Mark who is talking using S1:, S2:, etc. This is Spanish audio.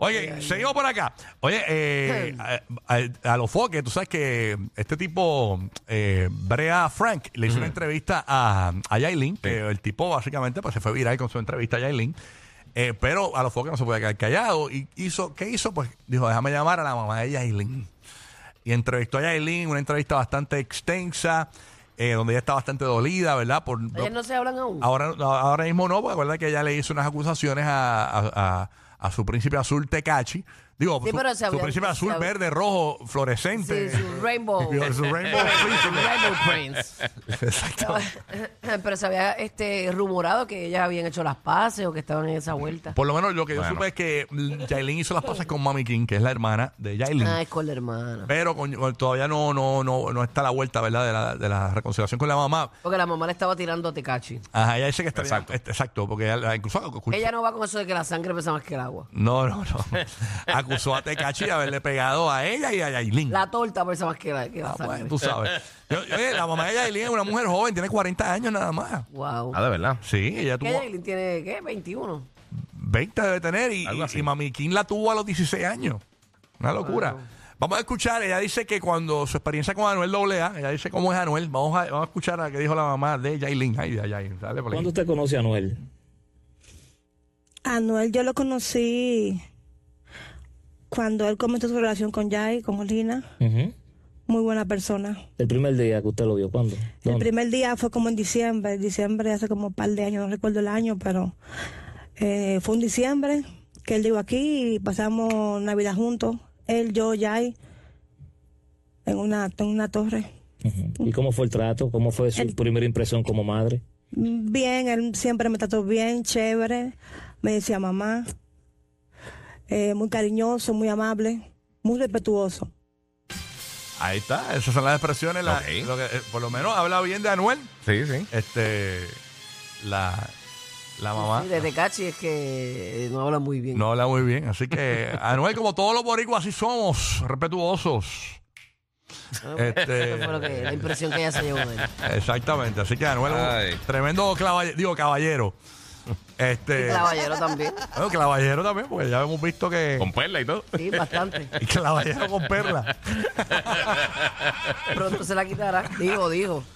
S1: Oye, seguimos por acá. Oye, eh, a, a- a los foques, tú sabes que este tipo, eh, Brea Frank, le hizo una entrevista a, a Yailin, que el tipo básicamente pues, se fue viral con su entrevista a Yailin. Eh, pero a los foques no se podía quedar callado. Y hizo, ¿Qué hizo? Pues dijo, déjame llamar a la mamá de Yailin. Y entrevistó a Yailin, una entrevista bastante extensa, eh, donde ella está bastante dolida, ¿verdad? Por,
S2: Ellos no se hablan aún.
S1: Ahora, ahora mismo no, porque acuérdate que ella le hizo unas acusaciones a, a- a- a su príncipe azul Tecachi. Digo,
S2: Sí,
S1: su,
S2: pero se
S1: su
S2: había-
S1: príncipe
S2: se
S1: azul,
S2: había-
S1: verde, rojo,
S2: Sí,
S1: fluorescente.
S2: su Rainbow.
S1: Su rainbow príncipe.
S2: Rainbow Prince.
S1: Exacto.
S2: Pero se había este, rumorado que ellas habían hecho las paces o que estaban en esa vuelta.
S1: Por lo menos lo que yo
S3: Bueno.
S1: supe es que mm, Yailin hizo las cosas con Mami King, que es la hermana de Yailin.
S2: Ah, es con la hermana.
S1: Pero con- con- todavía no, no, no, no está a la vuelta, ¿verdad? De la, de la reconciliación con la mamá.
S2: Porque la mamá le estaba tirando a Tecachi.
S1: Ajá, ella dice que está
S3: Exacto.
S1: este- exacto, porque ella- incluso
S2: Ella no va con eso de que la sangre pesa más que el agua.
S1: No, no, no. Acusó a Tecachi de haberle pegado a ella y a Yailin.
S2: La torta pesa más que la, que la
S1: Ah,
S2: sangre.
S1: bueno, tú sabes. Yo- yo- oye, la mamá de Yailin es una mujer joven, tiene 40 años nada más.
S2: Wow.
S3: Ah, de verdad.
S1: Sí, ella
S2: ¿Qué
S1: tuvo
S2: Yailin tiene? ¿Qué? 21.
S1: 20 debe tener y,
S3: Algo
S1: y-
S3: así.
S1: y Mami King la tuvo a los 16 años. Una locura. Vamos a escuchar, ella dice que cuando su experiencia con Anuel AA, ella dice cómo es Anuel, vamos a, vamos a escuchar a que dijo la mamá de Yailin. Ay, ay, ay, dale por ahí.
S4: ¿Cuándo usted conoce a Anuel?
S5: A Noel yo lo conocí cuando él comenzó su relación con Jai, con Lina. Muy buena persona.
S4: El primer día que usted lo vio, ¿cuándo?
S5: El
S4: ¿Dónde?
S5: primer día fue como en diciembre, en diciembre hace como un par de años, no recuerdo el año, pero eh, fue un diciembre que él llegó aquí y pasamos Navidad juntos, él, yo, Jai, en una, en una torre.
S4: Ujú. ¿Y cómo fue el trato? ¿Cómo fue su primera impresión como madre?
S5: Bien, él siempre me trató bien, chévere. Me decía mamá. Eh, muy cariñoso, muy amable, muy respetuoso.
S1: Ahí está, esas son las expresiones. la-
S3: Ok.
S1: lo que- eh, por lo menos habla bien de Anuel,
S3: Sí, sí.
S1: este, la, la mamá.
S2: Sí, de Tecachi es que eh, no habla muy bien.
S1: Ah. No habla muy bien, así que Anuel, como todos los boricuas, así somos, respetuosos. Este-
S2: Ah, Eso fue lo que, la impresión que ella se llevó de él.
S1: Exactamente, así que Anuel es
S3: Ay.
S1: un tremendo clavalle- digo, caballero. Este,
S2: Caballero también.
S1: bueno, clavallero también, porque ya hemos visto que
S3: Con perla y todo.
S2: Sí, bastante.
S1: y clavallero con perla.
S2: Pronto se la quitará. Digo, digo.